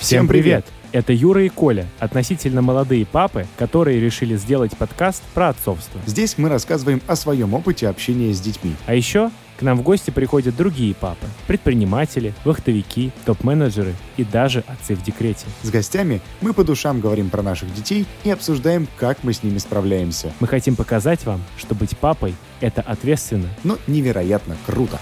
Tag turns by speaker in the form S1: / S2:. S1: Всем привет! Это Юра и Коля, относительно молодые папы, которые решили сделать подкаст про отцовство.
S2: Здесь мы рассказываем о своем опыте общения с детьми.
S1: А еще к нам в гости приходят другие папы, предприниматели, вахтовики, топ-менеджеры и даже отцы в декрете.
S2: С гостями мы по душам говорим про наших детей и обсуждаем, как мы с ними справляемся.
S1: Мы хотим показать вам, что быть папой — это ответственно
S2: Ну, невероятно круто!